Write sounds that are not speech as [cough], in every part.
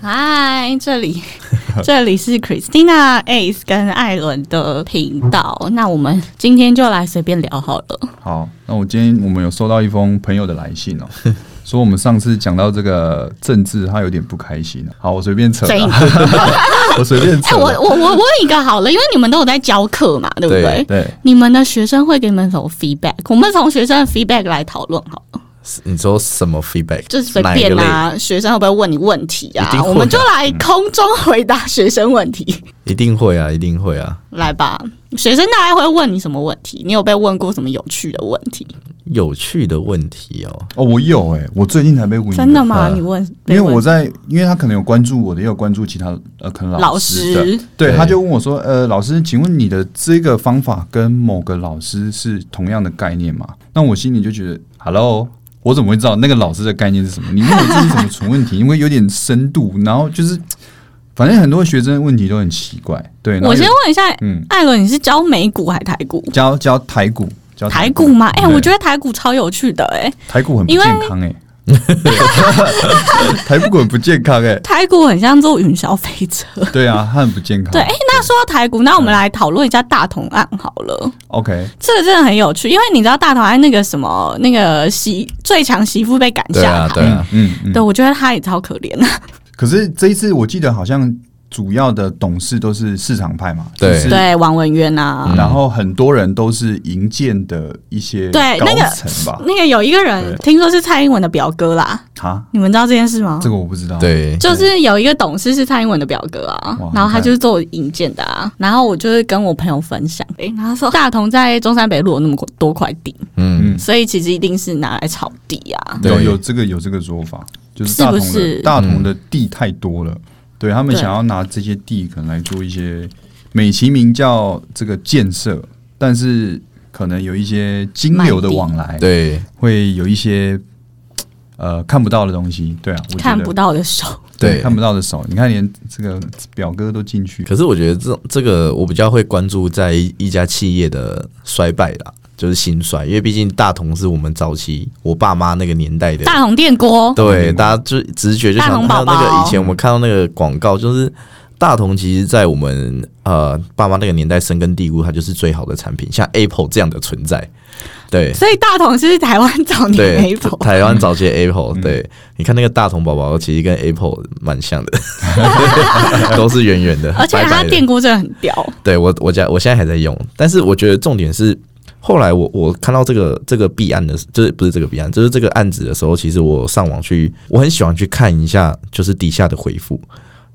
嗨，这 [laughs] 里这里是 Christina Ace 跟艾伦的频道。那我们今天就来随便聊好了。好，那我今天我们有收到一封朋友的来信 [laughs] 哦，说我们上次讲到这个政治，他有点不开心。哦好，我随便扯啊所以，啦， [laughs] 我随便哎、[laughs] 扯啊我啦。我我问一个好了，因为你们都有在教课嘛，对不对？对对，你们的学生会给你们什么 feedback？我们从学生的 feedback 来讨论好了，你说什么 feedback？就是随便哪啊，学生会不会问你问题一啊定？会的我们就来空中回答学生问题，一个类，一定会啊，一定会啊。来吧。学生大概会问你什么问题？你有被问过什么有趣的问题？有趣的问题哦，哦，我有哎、我最近才被问一个真的吗？呃你问，因为我被在，因为他可能有关注我的，也有关注其他呃，可能问老老师的。师，对，对他就问我说：“呃，老师，请问你的这个方法跟某个老师是同样的概念吗？”那我心里就觉得，Hello，我怎么会知道那个老师的概念是什么？你问我这是什么蠢问题？因 [laughs] 为有点深度，然后就是，反正很多学生的问题都很奇怪。对，然后我有先问一下，嗯，艾伦，你是教美股还是台股？教教台股，教台股吗？哎、哦对我觉得台股超有趣的、哎，台股很不因为健康哎、 [laughs] 对 [laughs] 台股很不健康哎、台股很像坐云霄飞车。对啊，它很不健康。对，哎、那说到台股，那我们来讨论一下大同案好了。 ，OK，这个真的很有趣，因为你知道大同案那个什么那个媳最强媳妇被赶对下啊，台，对啊，嗯嗯。对我觉得她也超可怜啊的。可是这一次我记得好像主要的董事都是市场派嘛，对嗯就是对，王文渊啊，然后很多人都是营建的一些对高那个层吧？那个有一个人对听说是蔡英文的表哥啦，啊，你们知道这件事吗？这个我不知道。，对，就是有一个董事是蔡英文的表哥啊哇，然后他就是做引荐的啊，然后我就是跟我朋友分享，诶、哎然后他说大同在中山北路有那么多块地，嗯，所以其实一定是拿来炒地啊。有对有这个有这个说法，就是是大不同的是大同嗯的地太多了，对他们对想要拿这些地可能来做一些美其名叫这个建设，但是可能有一些金流的卖地往来，对会有一些呃看不到的东西。对啊，我觉得看不到的手，对对看不到的手，你看连这个表哥都进去。可是我觉得这种这个我比较会关注在一家企业的衰败啦，就是兴衰，因为毕竟大同是我们早期我爸妈那个年代的，大同电锅，对，大家就直觉就大想同到宝宝那个以前我们看到那个广告，就是大同其实，在我们呃爸妈那个年代深根蒂固，它就是最好的产品，像 Apple 这样的存在，对。所以大同是台湾早年对 Apple，台湾早期的 Apple，、对，你看那个大同宝宝，其实跟 Apple 蛮像的，都是圆圆的，而且白它白的电锅真的很屌，对我我家我现在还在用，但是我觉得重点是，后来我我看到这个这个弊案的，就是不是这个弊案，就是这个案子的时候，其实我上网去，我很喜欢去看一下，就是底下的回复，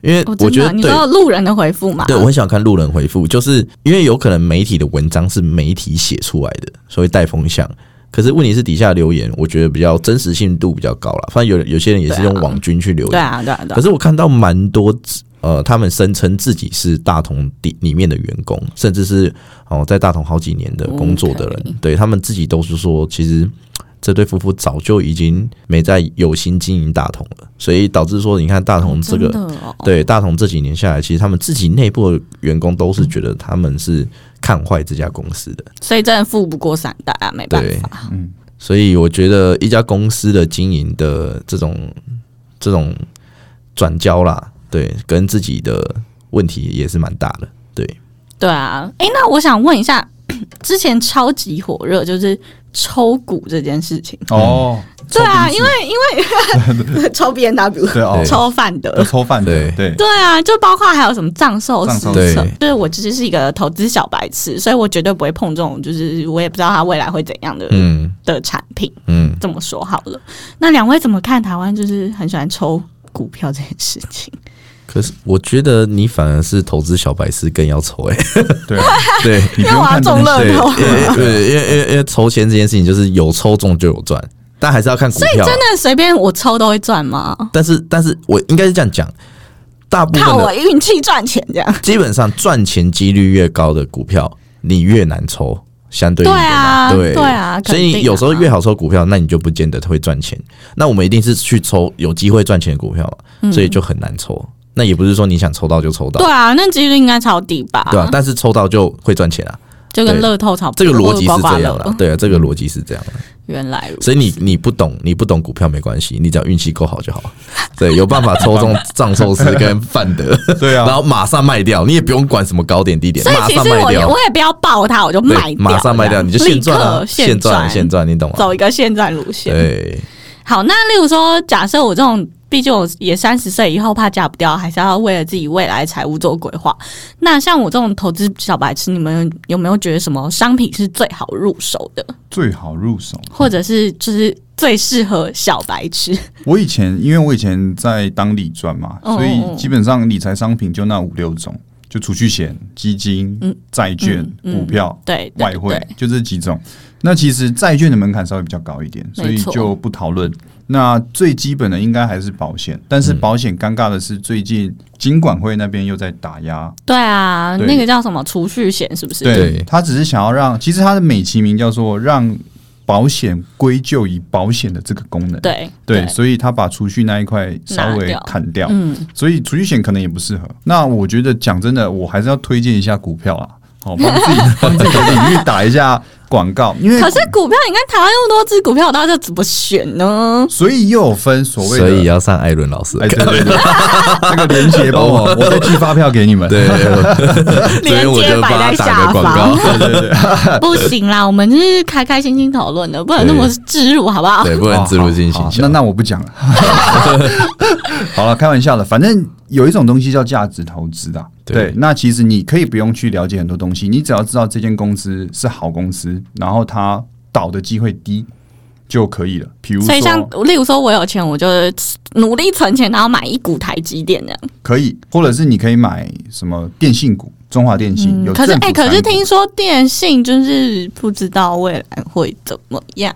因为哦真我觉的得啊你对。说路人的回复嘛，对，我很喜欢看路人回复，就是因为有可能媒体的文章是媒体写出来的，所以带风向。可是问题是底下留言，我觉得比较真实性度比较高了。反正有有些人也是对啊用网军去留言，对啊，对啊，对可啊，是我看到蛮多呃，他们声称自己是大同里里面的员工，甚至是哦在大同好几年的工作的人 OK 对他们自己都是说，其实这对夫妇早就已经没在有心经营大同了，所以导致说，你看大同这个、真的哦，对大同这几年下来，其实他们自己内部的员工都是觉得他们是看坏这家公司的。所以真的富不过三代啊，没办对法。嗯所以我觉得一家公司的经营的这种这种转交啦，对，跟自己的问题也是蛮大的。对，对啊，诶，那我想问一下， [clears throat] 之前超级火热就是抽股这件事情，哦，对啊，抽因为因为 [laughs] 抽 B N W 对哦，抽饭要的。抽饭的，对对对啊，就包括还有什么藏寿司藏寿司什么就是我其实是一个投资小白痴，所以我绝对不会碰这种，就是我也不知道它未来会怎样的、嗯的产品。嗯，这么说好了，那两位怎么看台湾就是很喜欢抽股票这件事情？可是我觉得你反而是投资小白痴更要愁 [laughs] 哎、欸， [laughs] 对啊，对。因你不为用我要看中东西乐对，透，因为 [laughs] 对，因为因为因为筹钱这件事情就是有抽中就有赚，但还是要看股票啊。那随便我抽都会赚吗？但是但是我应该是这样讲，大部分靠的我运气赚钱这样？基本上赚钱几率越高的股票，你越难抽，相对应的嘛对啊对对啊所肯以定啊你有时候越好抽股票，那你就不见得会赚钱。那我们一定是去抽有机会赚钱的股票嘛，所以就很难抽。那也不是说你想抽到就抽嗯到对，啊，那几率应该超低吧？对吧、啊但是抽到就会赚钱啊，就跟对乐透差不这多，个逻辑或者是刮刮这样乐的，对啊，这个逻辑是这样的，原来如此所以你你不懂，你不懂股票没关系，你只要运气够好 [laughs] 就好。对，有办法抽中藏寿司跟范德，对啊然后马上卖掉，你也不用管什么高点低点，所以马其上实卖我也掉我，也不要抱它，我就卖对，掉，马上卖掉，你就现赚立刻啊，现赚赚现赚，你懂吗？走一个现赚路线。对，好，那例如说，假设我这种，毕竟我也三十岁以后怕嫁不掉，还是要为了自己未来财务做规划。那像我这种投资小白痴，你们有没有觉得什么商品是最好入手的，最好入手。或者是就是最适合小白痴？我以前因为我以前在当理专嘛，哦所以基本上理财商品就那五六种，就储蓄险、基金、债券、嗯嗯股票、对，对外汇对，就这几种。那其实债券的门槛稍微比较高一点，所以没错就不讨论。那最基本的应该还是保险，但嗯是保险尴尬的是，最近金管会那边又在打压，对啊，对那个叫什么储蓄险是不是？对他只是想要让，其实他的美其名叫做让保险归咎于保险的这个功能，对对，所以他把储蓄那一块稍拿微掉砍掉，嗯，所以储蓄险可能也不适合。那我觉得讲真的，我还是要推荐一下股票啦，好帮自 [laughs] 己帮自己的领域打一下广告，因为可是股票，你看台湾那么多只股票，我到底要怎么选呢？所以又有分所谓的，所以啊要上艾伦老师的哎，课。对对 [laughs] 对，这个连接帮我，我再寄发票给你们。 [laughs] 对，所 [laughs] 以连我接就摆帮他在打下个广方 [laughs] 告。，不行啦，我们就是开开心心讨论的，不能那么置入，好不好？对，不能自入进行好那那我不讲了。 [laughs] 好了，开玩笑的，反正有一种东西叫价值投资啊。对对，那其实你可以不用去了解很多东西，你只要知道这间公司是好公司，然后它倒的机会低就可以了。比如所说以，像例如说，我有钱，我就努力存钱，然后买一股台积电这样。可以，或者是你可以买什么电信股，中华电嗯信、有可是政府哎、可是参股听说电信就是不知道未来会怎么样。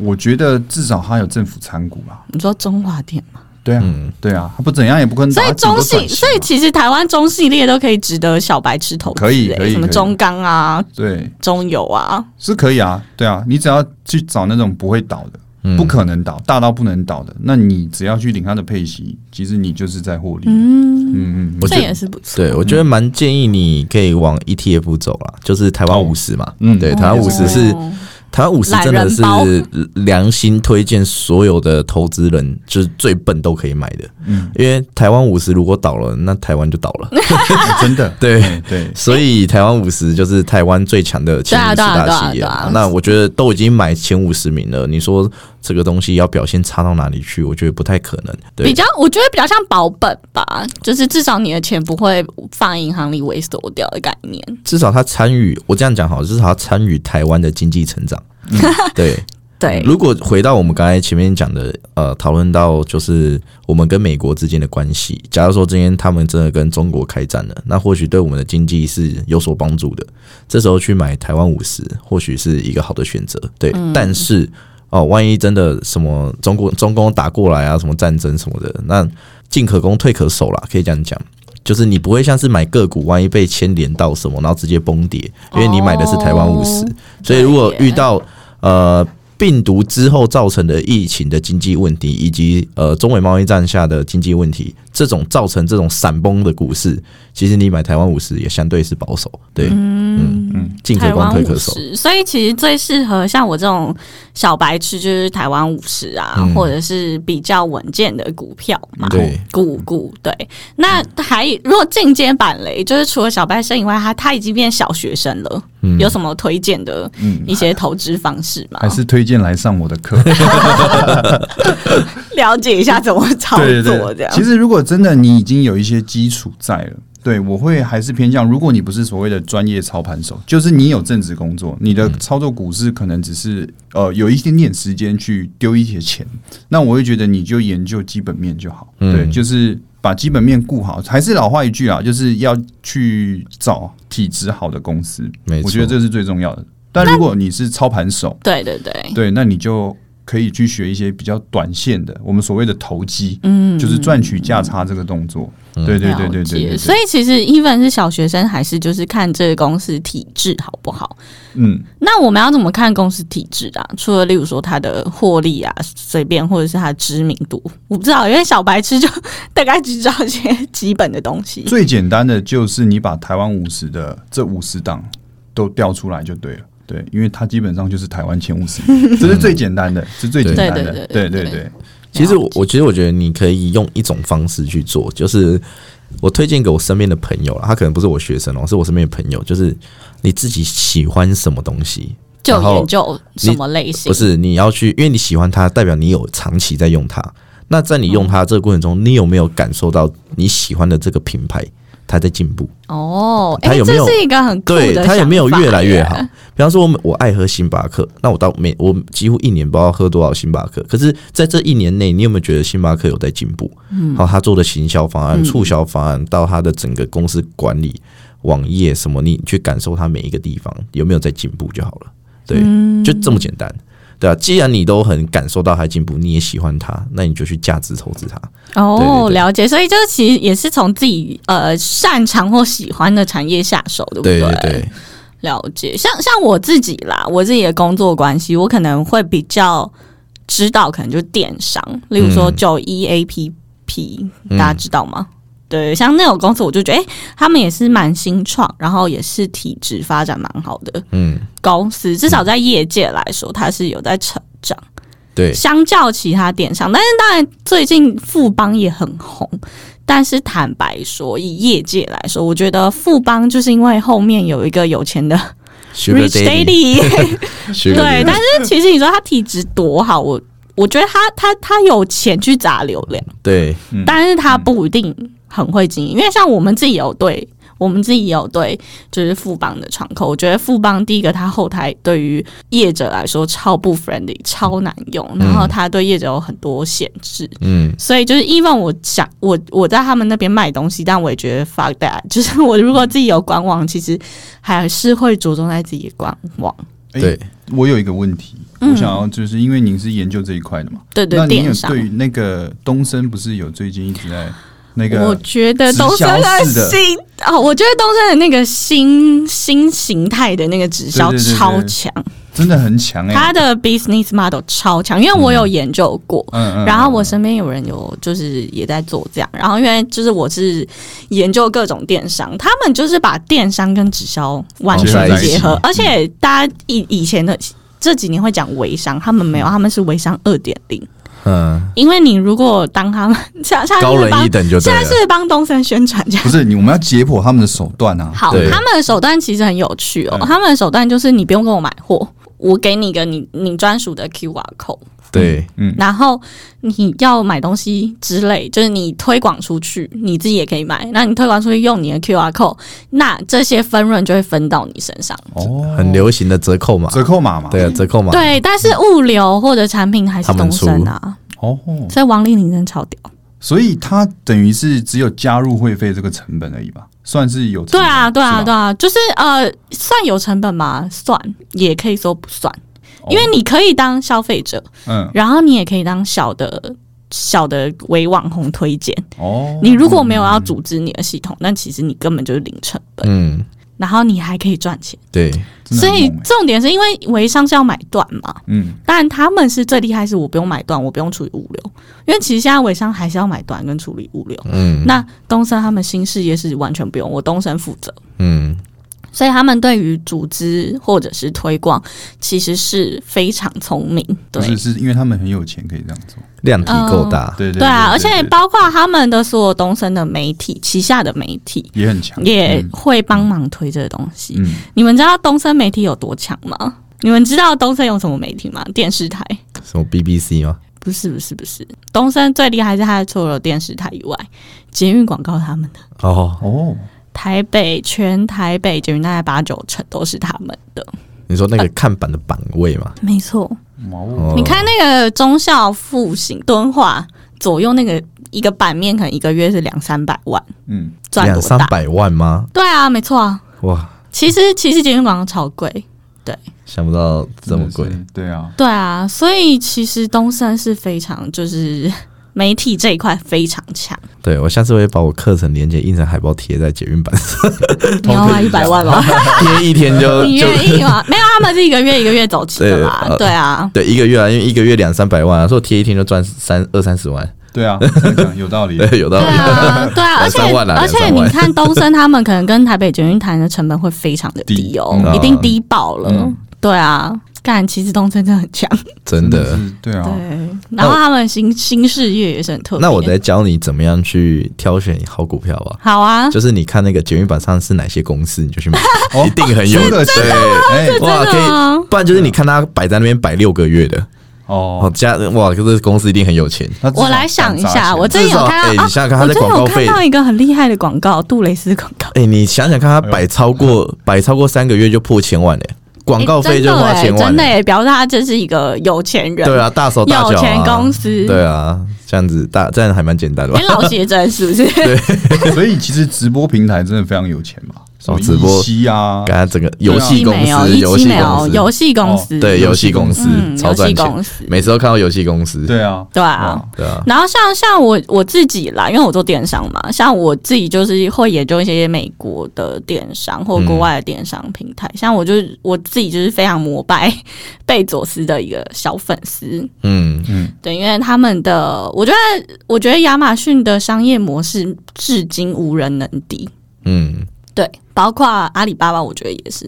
我觉得至少它有政府参股吧。你说中华电嘛，对啊，对啊，它不怎样也不可能所以把它整中个转型系，所嘛。以其实台湾中系列都可以值得小白吃投资、可以哎可以什么可以中钢啊、对中油啊，是可以啊，对啊，你只要去找那种不会倒的，不可能倒，大到不能倒的，那你只要去领它的配息，其实你就是在获利。嗯，嗯嗯我这觉得也是不错。对，我觉得蛮建议你可以嗯往 ETF 走啦，就是台湾五十嘛，嗯嗯，对，台湾五十是哦台湾五十真的是懒良心推荐所有的投资人，就是最笨都可以买的，嗯嗯，因为台湾五十如果倒了，那台湾就倒 [laughs] 了，嗯，真的，对。哎对，所以台湾五十就是台湾最强的前五对啊十对啊大企对业啊对啊嘛，那我觉得都已经买前五十名了，你说这个东西要表现差到哪里去，我觉得不太可能。对，比较，我觉得比较像保本吧，就是至少你的钱不会放银行里萎缩掉的概念。至少他参与，我这样讲好了，至少他参与台湾的经济成 [laughs] 长。对，对，如果回到我们刚才前面讲的，呃，讨论到就是我们跟美国之间的关系，假如说今天他们真的跟中国开战了，那或许对我们的经济是有所帮助的。这时候去买台湾五十，或许是一个好的选择。对，但是哦，万一真的什么中国中共打过来啊，什么战争什么的，那进可攻退可守啦，可以这样讲。就是你不会像是买个股，万一被牵连到什么，然后直接崩跌，因为你买的是台湾五十哦，所以如果对耶遇到呃病毒之后造成的疫情的经济问题，以及呃中美贸易战下的经济问题，这种造成这种闪崩的股市，其实你买台湾五十也相对是保守，对，嗯嗯，进可台攻湾退五可守，十，所以其实最适合像我这种小白痴，就是台湾五十啊，或者是比较稳健的股票嘛。哦嗯对，股嗯股对，那还如果进阶版嘞，就是除了小白生以外，他他已经变小学生了，嗯有什么推荐的一些投资方式吗？还是推荐来上我的课。 [laughs] 了解一下怎么操对作对这对，样？其实如果真的你已经有一些基础在了。对，我会还是偏向，如果你不是所谓的专业操盘手，就是你有正职工作，你的操作股市可能只是呃有一点点时间去丢一些钱，那我会觉得你就研究基本面就好。嗯对，就是把基本面顾好，还是老话一句啊，就是要去找体质好的公司，没错我觉得这是最重要的。但如果你是操盘手，对对对，对，那你就可以去学一些比较短线的，我们所谓的投机，嗯，就是赚取价差这个动作。对对对对对了解对嗯所对，以其实 even 是小学生，还是就是看这个公司体制好不好？嗯，那我们要怎么看公司体制啊？除了例如说它的获利啊，随便或者是它的知名度，我不知道，因为小白痴就 [laughs] 大概只知道一些基本的东西。最简单的就是你把台湾五十的这五十档都调出来就对了。对，因为它基本上就是台湾前五 [laughs] 十，这是最简单的，是最简单的，对对对对对对对对。其实我我其实我觉得你可以用一种方式去做，就是我推荐给我身边的朋友啦，他可能不是我学生哦、是我身边的朋友，就是你自己喜欢什么东西，就然后研究什么类型不，是你要去，因为你喜欢它，代表你有长期在用它。那在你用它这个过程中，你有没有感受到你喜欢的这个品牌它在进步？哦，它哎，有没有这是一个很酷对，的，它有没有越来越好？？比方说我们，我爱喝星巴克，那我到每我几乎一年不知道喝多少星巴克。可是，在这一年内，你有没有觉得星巴克有在进步？嗯，好，他做的行销方嗯案、促销方案，到他的整个公司管理、网页什么，你去感受它每一个地方有没有在进步就好了。对，嗯就这么简单。对啊，既然你都很感受到它进步，你也喜欢它，那你就去价值投资它。对哦对，对了解，所以这其实也是从自己呃擅长或喜欢的产业下手，对不对对对，了解，像像我自己啦，我自己的工作关系，我可能会比较知道，可能就是电商，例如说嗯九一 A P P，、嗯大家知道吗？对，像那种公司，我就觉得，哎、他们也是蛮新创，然后也是体制发展蛮好的嗯，公司，至少在业界来说，它是有在成长。对，相较其他电商，但是当然最近富邦也很红。但是坦白说，以业界来说，我觉得富邦就是因为后面有一个有钱 [laughs] 的 Sugar Rich Daddy，对。Daddy，Sugar Daddy 但是其实你说他体质多好，我我觉得他他他有钱去砸流量，对，嗯但是他不一定很会经营，因为像我们自己有对。我们自己也有对，就是富邦的窗口。我觉得富邦第一个，它后台对于业者来说超不 friendly，超难用，然后它对业者有很多限制。嗯，所以就是 even 我想我我在他们那边卖东西，但我也觉得 fuck that，就是我如果自己有官网，其实还是会着重在自己的官网。哎对，我有一个问题，我想要就是因为您是研究这一块的嘛，对嗯对那，您有电商。对于那个东升不是有最近一直在那我个觉得东升的直销式新哦，我觉得东升的那个新新形态的那个直销对对对对超强，真的很强哎、他的 business model 超强，因为我有研究过。嗯嗯，然后我身边有人有就是也在做这样，然后因为就是我是研究各种电商，他们就是把电商跟直销完绑在全一起结合嗯，而且大家以以前的这几年会讲微商，他们没有，他们是微商二点零，嗯。因为你如果当他们像像 [laughs] 高是人帮一等就对现在了。是帮东森宣传这样不。是你，我们要解剖他们的手段啊。好，对他们的手段其实很有趣哦。嗯他们的手段就是你不用跟我买货，我给你一个你你专属的 QR code，嗯对，然后你要买东西之类，就是你推广出去，你自己也可以买。那你推广出去用你的 QR code，那这些分润就会分到你身上。哦，很流行的折扣码，折扣码嘛。对啊，折扣码，对，但是物流或者产品还是他们东升啊，哦，所以王丽玲真的超屌。所以它等于是只有加入会费这个成本而已吧，算是有成对本啊，对啊，是对吧啊，就是呃，算有成本吗？算，也可以说不算，哦因为你可以当消费者，嗯然后你也可以当小的小的微网红推荐。哦，你如果没有要组织你的系统，那其实你根本就是零成本，嗯，然后你还可以赚钱。对，真的所很以猛欸重点是因为微商是要买断嘛，嗯但他们是最厉害，是我不用买断，我不用处理物流，因为其实现在微商还是要买断跟处理物流。嗯那东升他们新事业是完全不用，我东升负责，嗯，所以他们对于组织或者是推广其实是非常聪明，不对是，是因为他们很有钱可以这样做，量体够大，对对对啊，而对且对包括他们的所有东升的媒体旗下的媒体也很强，也会帮忙推这个东西。嗯，你们知道东森媒体有多强吗？你们知道东森有什么媒体吗？电视台？什么 BBC 吗？不是，不是，不是。东森最厉害是他除了电视台以外，捷运广告他们的。哦，哦，台北全台北捷运大概八九成都是他们的，你说那个看板的版位嘛？没错。毛 [laughs] 哦你看那个忠孝复兴敦化左右那个一个版面，可能一个月是两三百万，嗯，赚两多三大？百万吗？对啊，没错啊。哇，其实其实捷运广告超贵，想不到这么贵真，的是，对啊，对啊，所以其实东森是非常就是媒体这一块非常强，对我下次会把我课程连接印成海报贴在捷运版 [laughs] 上，你要花一百万吗？贴一天就你就 [laughs] 愿意吗？呃没有，他们是一个月一个月走起的啦对，呃对啊。对一个月啊，因为一个月两三百万啊，说贴一天就赚三二三十万，对啊，这样讲有道理，对，有道对理，啊，对啊，而呃两且三万啦而且两三你万嗯看东森他们可能跟台北捷运谈的成本会非常的低哦，低一定低爆了嗯。对啊，干其实东森真的很强， [laughs] 真的。是，对啊，对。 [laughs] 然后他们新新事业也是很特别。那我再教你怎么样去挑选好股票吧。好 [laughs] 啊，就是你看那个捷运板上是哪些公司，你就 [laughs] 去买，哦一定很有这个对，哎哇，可真的吗以，不然就是你看他摆在那边摆六个月的，哦，哦，加哇，这个公司一定很有钱。那至少我来想一敢下，砸钱啊我真的有至少哎看你到，想想啊看他我的真的有广告看费到一个很厉害的广告，杜蕾斯广告。哎、你想想看，他摆超哎过摆超过三个月就破千万嘞、广告费就花欸千万真的嘞、欸、表示他这是一个有钱人，对啊，大手大有脚、钱啊公，司，对啊，这样子大这样还蛮简单的吧哎、？老邪真是不是？ [laughs] 所以其实直播平台真的非常有钱嘛，什么哦直播一期啊，刚才整个游戏公没有，司，游一期戏没有，公哦游司，哦戏公司，对，游游戏戏公公司嗯，超游赚戏钱，公司，每次都看到游戏公司，对啊，对啊。对啊，然后像像我我自己啦，因为我做电商嘛，像我自己就是会研究一些美国的电商或国外的电商平嗯台。像我就是我自己就是非常膜拜 [laughs] 贝佐斯的一个小粉丝，嗯，对，因为他们的我觉得我觉得亚马逊的商业模式至今无人能敌，嗯对，包括阿里巴巴，我觉得也是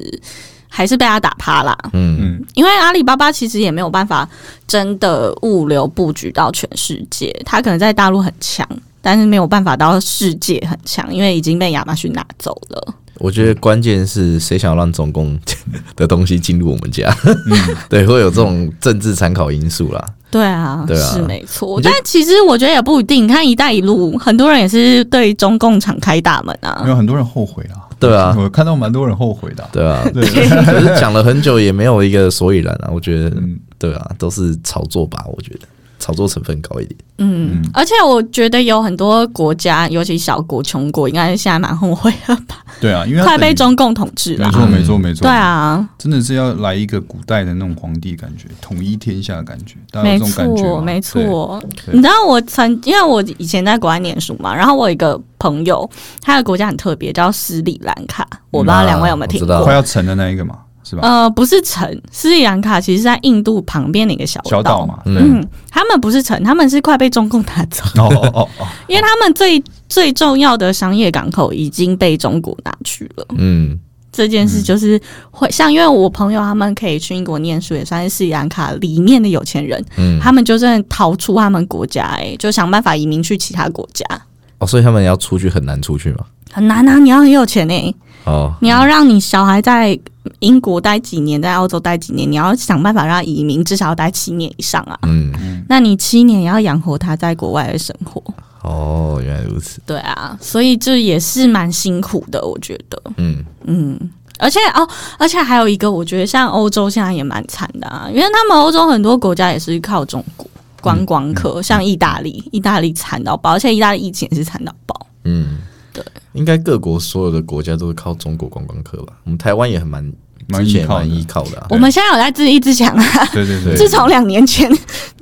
还是被他打趴啦。嗯嗯，因为阿里巴巴其实也没有办法真的物流布局到全世界，它可能在大陆很强，但是没有办法到世界很强，因为已经被亚马逊拿走了。我觉得关键是谁想要让中共 [laughs] 的东西进入我们家， [laughs] 嗯对，会有这种政治参考因素啦。对啊，对啊是没错。你就但其实我觉得也不一定，你看“一带一路”，很多人也是对中共敞开大门没啊。有很多人后悔啊，对啊我看到蛮多人后悔的啊，对啊，对，可是讲了很久也没有一个所以然啊，我觉得，嗯对啊，都是炒作吧，我觉得炒作成分高一点。嗯，而且我觉得有很多国家，尤其小国、穷国，应该现在蛮后悔了吧，对啊，因为它快等于被中共统治没了。错没错没错，对，啊，真的是要来一个古代的那种皇帝感觉，统一天下的感觉，大家没有呃这种感觉错，吗没，错。对你知道我曾因为我以前在国外念书嘛，然后我有一个朋友，他的国家很特别，叫斯里兰卡，我不知道嗯两位有没有听对我知过快。要成的那一个嘛，是吧？呃，不是城，斯里兰卡其实在印度旁边的一个小小岛嘛，嗯，嗯，他们不是城，他们是快被中共拿走，哦哦哦 [laughs] 哦，因为他们最最重要的商业港口已经被中国拿去了。嗯，这件事就是会像，因为我朋友他们可以去英国念书，也算是斯里兰卡里面的有钱人，嗯他们就真的逃出他们国家、欸，就想办法移民去其他国家，哦，所以他们要出去很难出去嘛。很难啊！你要很有钱哎、哦，你要让你小孩在英国待几年，在澳洲待几年，你要想办法让他移民，至少要待七年以上啊。嗯，那你七年也要养活他在国外的生活，哦，原来如此。对啊，所以这也是蛮辛苦的，我觉得。嗯，而且哦，而且还有一个，我觉得像欧洲现在也蛮惨的啊，因为他们欧洲很多国家也是靠中国嗯观光客，像意大利，意大利惨到爆，而且意大利疫情也是惨到爆。嗯应该各国所有的国家都是靠中国观光客吧？我们台湾也很蛮，蛮之依前也靠的蛮依靠的啊。我们现在有在自立自强啊，对对对，自从两年前，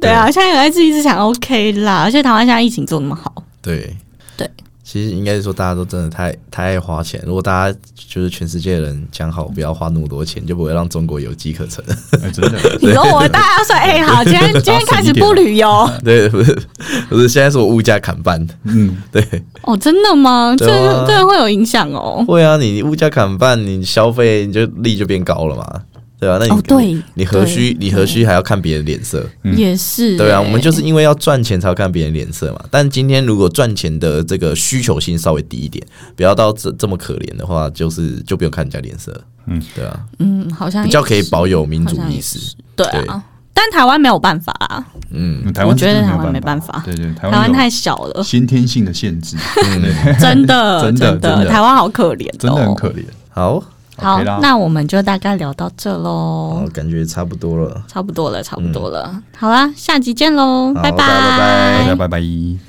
对啊，现在有在自立自强，OK 啦。而且台湾现在疫情做那么好，对对，其实应该是说大家都真的太太爱花钱。如果大家就是全世界人讲好不要花那么多钱，就不会让中国有机可乘。哎真的， [laughs] 你说我大家说， [laughs] 哎、好，今天今天开始不旅游，对，不是不是，现在是我物价砍 [laughs] 半。嗯，对，哦，真的吗？这对啊这会有影响哦。会啊，你物价砍半，你消费你就力就变高了嘛，对吧、啊？那你、哦对你何须对你何须还要看别人脸色？也是、对啊，我们哎就是因为要赚钱才要看别人脸色嘛。但今天如果赚钱的这个需求性稍微低一点，不要到这这么可怜的话，就是就不用看人家脸色。嗯嗯，对啊，嗯，好像比较也可以是保有民好主像意也识是。对啊，对但台湾没有办法、啊。嗯，台湾我觉得真的台湾没办办法对对，台台湾有太小了，先天性的限制， [laughs] 真的真的真的台湾好可怜、哦，真的很可 [laughs] 怜。好，好 OK 啦，那我们就大概聊到这好喽，，感觉差不多了。嗯差不多了，差不多了，好啦，下集见喽，好拜大家拜大拜家拜拜。